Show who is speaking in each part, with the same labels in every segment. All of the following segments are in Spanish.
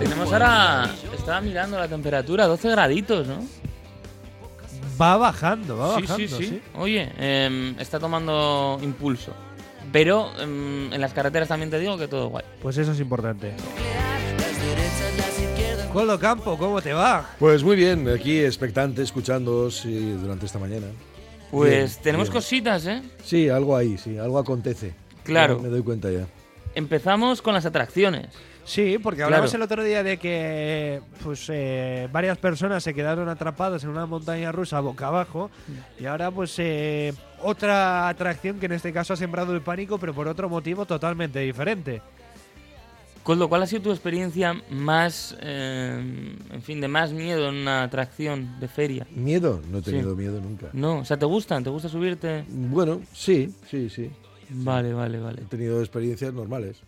Speaker 1: empezar a. Estaba mirando la temperatura, 12 graditos, ¿no?
Speaker 2: Va bajando, va
Speaker 1: sí,
Speaker 2: bajando.
Speaker 1: sí, sí, Oye, em, está tomando impulso. Pero em, en las carreteras también te digo que todo guay.
Speaker 2: Pues eso es importante. Colo Campo, ¿cómo te va?
Speaker 3: Pues muy bien, aquí expectante, escuchándoos y durante esta mañana.
Speaker 1: Pues
Speaker 3: Bien,
Speaker 1: tenemos
Speaker 3: bien.
Speaker 1: cositas, ¿eh?
Speaker 3: Sí, algo ahí, sí, algo acontece.
Speaker 1: Claro.
Speaker 3: Ya Me doy cuenta ya.
Speaker 1: Empezamos con las atracciones.
Speaker 2: Sí, porque
Speaker 1: Claro.
Speaker 2: hablamos el otro día de que pues eh, varias personas se quedaron atrapadas en una montaña rusa boca abajo y ahora pues eh, otra atracción que en este caso ha sembrado el pánico pero por otro motivo totalmente diferente.
Speaker 1: Coldo, ¿cuál ha sido tu experiencia más, eh, en fin, de más miedo en una atracción de feria?
Speaker 3: ¿Miedo? No he
Speaker 1: Sí.
Speaker 3: tenido miedo nunca.
Speaker 1: No, o sea, ¿te gustan? ¿Te gusta subirte?
Speaker 3: Bueno, sí, sí, sí.
Speaker 1: Vale, vale,
Speaker 3: He
Speaker 1: vale.
Speaker 3: tenido experiencias normales.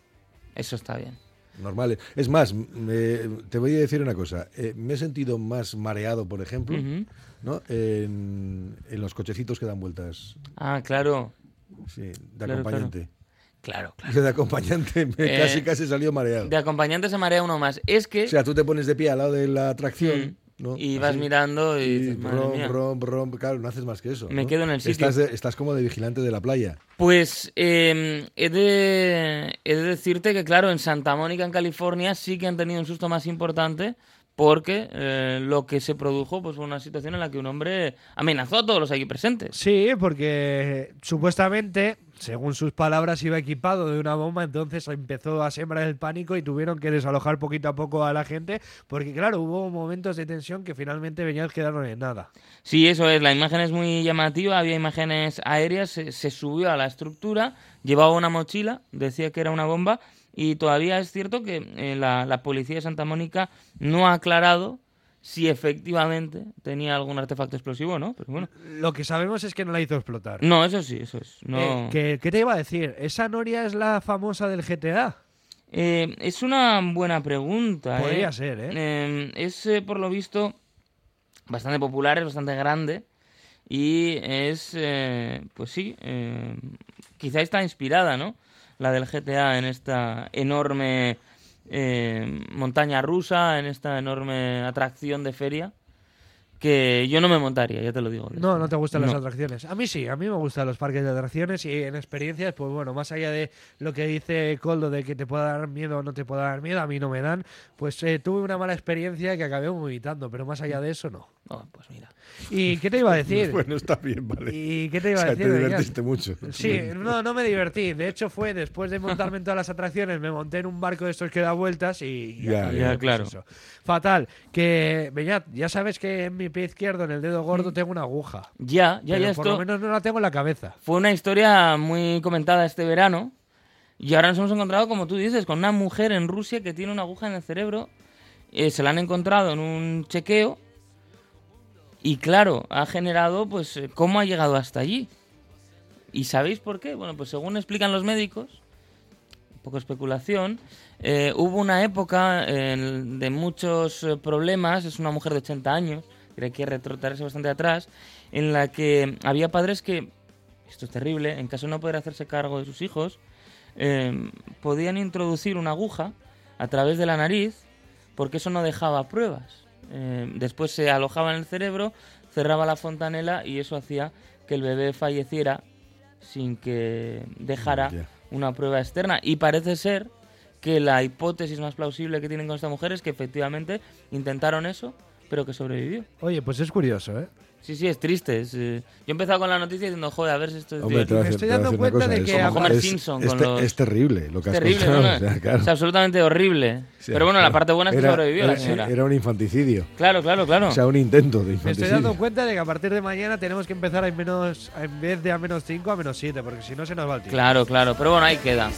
Speaker 1: Eso está bien.
Speaker 3: Normales. Es más, me- te voy a decir una cosa. Eh, me he sentido más mareado, por ejemplo,
Speaker 1: Ujú.
Speaker 3: ¿no? en, en los cochecitos que dan vueltas
Speaker 1: Ah, claro,
Speaker 3: sí, de
Speaker 1: Claro,
Speaker 3: acompañante.
Speaker 1: claro, claro.
Speaker 3: Yo de acompañante me
Speaker 1: Eh,
Speaker 3: casi casi salió mareado.
Speaker 1: De acompañante se marea uno más. Es que...
Speaker 3: O sea, tú te pones de pie al lado de la atracción. ¿no?
Speaker 1: Y vas
Speaker 3: Así.
Speaker 1: mirando y,
Speaker 3: Y
Speaker 1: dices, madre
Speaker 3: rom,
Speaker 1: mía.
Speaker 3: rom, rom, claro, no haces más que eso.
Speaker 1: Me
Speaker 3: ¿no?
Speaker 1: quedo en el sitio.
Speaker 3: Estás, de- estás como de vigilante de la playa.
Speaker 1: Pues eh, he, de, he de decirte que, claro, en Santa Mónica, en California, sí que han tenido un susto más importante porque eh, lo que se produjo pues, fue una situación en la que un hombre amenazó a todos los aquí presentes.
Speaker 2: Sí, porque eh, supuestamente, según sus palabras, iba equipado de una bomba, entonces empezó a sembrar el pánico y tuvieron que desalojar poquito a poco a la gente, porque claro, hubo momentos de tensión que finalmente venían quedaron en nada.
Speaker 1: Sí, eso es, la imagen es muy llamativa, había imágenes aéreas, se, se subió a la estructura, llevaba una mochila, decía que era una bomba y todavía es cierto que eh, la, la policía de Santa Mónica no ha aclarado si efectivamente tenía algún artefacto explosivo o no, pero bueno.
Speaker 2: Lo que sabemos es que no la hizo explotar.
Speaker 1: No, eso sí, eso es. Mm, No...
Speaker 2: Eh, ¿qué, qué te iba a decir? ¿Esa Noria es la famosa del GTA?
Speaker 1: Eh, es una buena pregunta. ¿eh?
Speaker 2: Podría ser, ¿eh?
Speaker 1: Eh, es, eh, por lo visto, bastante popular, es bastante grande. Y es, eh, pues sí, eh, quizá está inspirada, ¿no? La del GTA en esta enorme eh, montaña rusa, en esta enorme atracción de feria. Que yo no me montaría, ya te lo digo.
Speaker 2: No, no te gustan las
Speaker 1: No.
Speaker 2: atracciones. A mí sí, a mí me gustan los parques de atracciones y en experiencias, pues bueno, más allá de lo que dice Coldo de que te pueda dar miedo o no te pueda dar miedo, a mí no me dan, pues eh, tuve una mala experiencia que acabé vomitando, pero más allá de eso no.
Speaker 1: Oh, pues mira.
Speaker 2: ¿Y qué te iba a decir?
Speaker 3: Bueno, está bien, vale.
Speaker 2: ¿Y qué te iba
Speaker 3: o
Speaker 2: a
Speaker 3: sea,
Speaker 2: decir?
Speaker 3: te
Speaker 2: Beñat?
Speaker 3: divertiste mucho.
Speaker 2: Sí, no, no me divertí. De hecho, fue después de montarme en todas las atracciones, me monté en un barco de estos que da vueltas y.
Speaker 3: Ya,
Speaker 2: acabé,
Speaker 1: ya,
Speaker 2: pues,
Speaker 1: claro.
Speaker 2: eso. Fatal. Que, Beñat, ya sabes que en mi pie izquierdo, en el dedo gordo, tengo una aguja.
Speaker 1: Ya, ya,
Speaker 2: Pero
Speaker 1: ya
Speaker 2: Por
Speaker 1: esto-
Speaker 2: lo menos no la tengo en la cabeza.
Speaker 1: fue una historia muy comentada este verano. Y ahora nos hemos encontrado, como tú dices, con una mujer en Rusia que tiene una aguja en el cerebro. Eh, se la han encontrado en un chequeo. Y claro, ha generado, pues, eh, cómo ha llegado hasta allí. ¿Y sabéis por qué? Bueno, pues según explican los médicos, un poco especulación, eh, hubo una época eh, de muchos eh, problemas, es una mujer de 80 años, creo que hay que retrotraerse bastante atrás, en la que había padres que esto es terrible, en caso de no poder hacerse cargo de sus hijos, eh, podían introducir una aguja a través de la nariz porque eso no dejaba pruebas. Eh, después se alojaba en el cerebro, cerraba la fontanela y eso hacía que el bebé falleciera sin que dejara
Speaker 3: Ya.
Speaker 1: una prueba externa. Y parece ser que la hipótesis más plausible que tienen con esta mujer es que efectivamente intentaron eso, pero que sobrevivió.
Speaker 2: Oye, pues es curioso, ¿eh?
Speaker 1: Sí, sí, es triste. es, eh, Yo he empezado con la noticia diciendo, joder, a ver si esto es
Speaker 3: Hombre,
Speaker 1: cierto".
Speaker 3: te voy a
Speaker 2: Me
Speaker 3: decir-
Speaker 2: estoy
Speaker 3: te voy a
Speaker 2: dando
Speaker 3: decir una
Speaker 2: cuenta de
Speaker 3: cosa,
Speaker 2: que
Speaker 3: es-
Speaker 2: Como
Speaker 1: Homer
Speaker 3: es-
Speaker 1: Simpson
Speaker 3: es,
Speaker 1: con
Speaker 3: te-
Speaker 1: los-
Speaker 3: es terrible lo que has
Speaker 1: terrible,
Speaker 3: contado.
Speaker 1: ¿no?
Speaker 3: o sea, claro.
Speaker 1: Es absolutamente horrible.
Speaker 3: O sea,
Speaker 1: Pero bueno, la parte buena es que
Speaker 3: era-
Speaker 1: sobrevivió la
Speaker 3: era-
Speaker 1: señora.
Speaker 3: Era un infanticidio.
Speaker 1: Claro, claro, claro.
Speaker 3: O sea, un intento de
Speaker 2: Me estoy
Speaker 3: infanticidio.
Speaker 2: dando cuenta de que a partir de mañana tenemos que empezar a menos, en vez de a menos 5, a menos 7, porque si no se nos va el tiempo.
Speaker 1: Claro, claro. Pero bueno, ahí queda.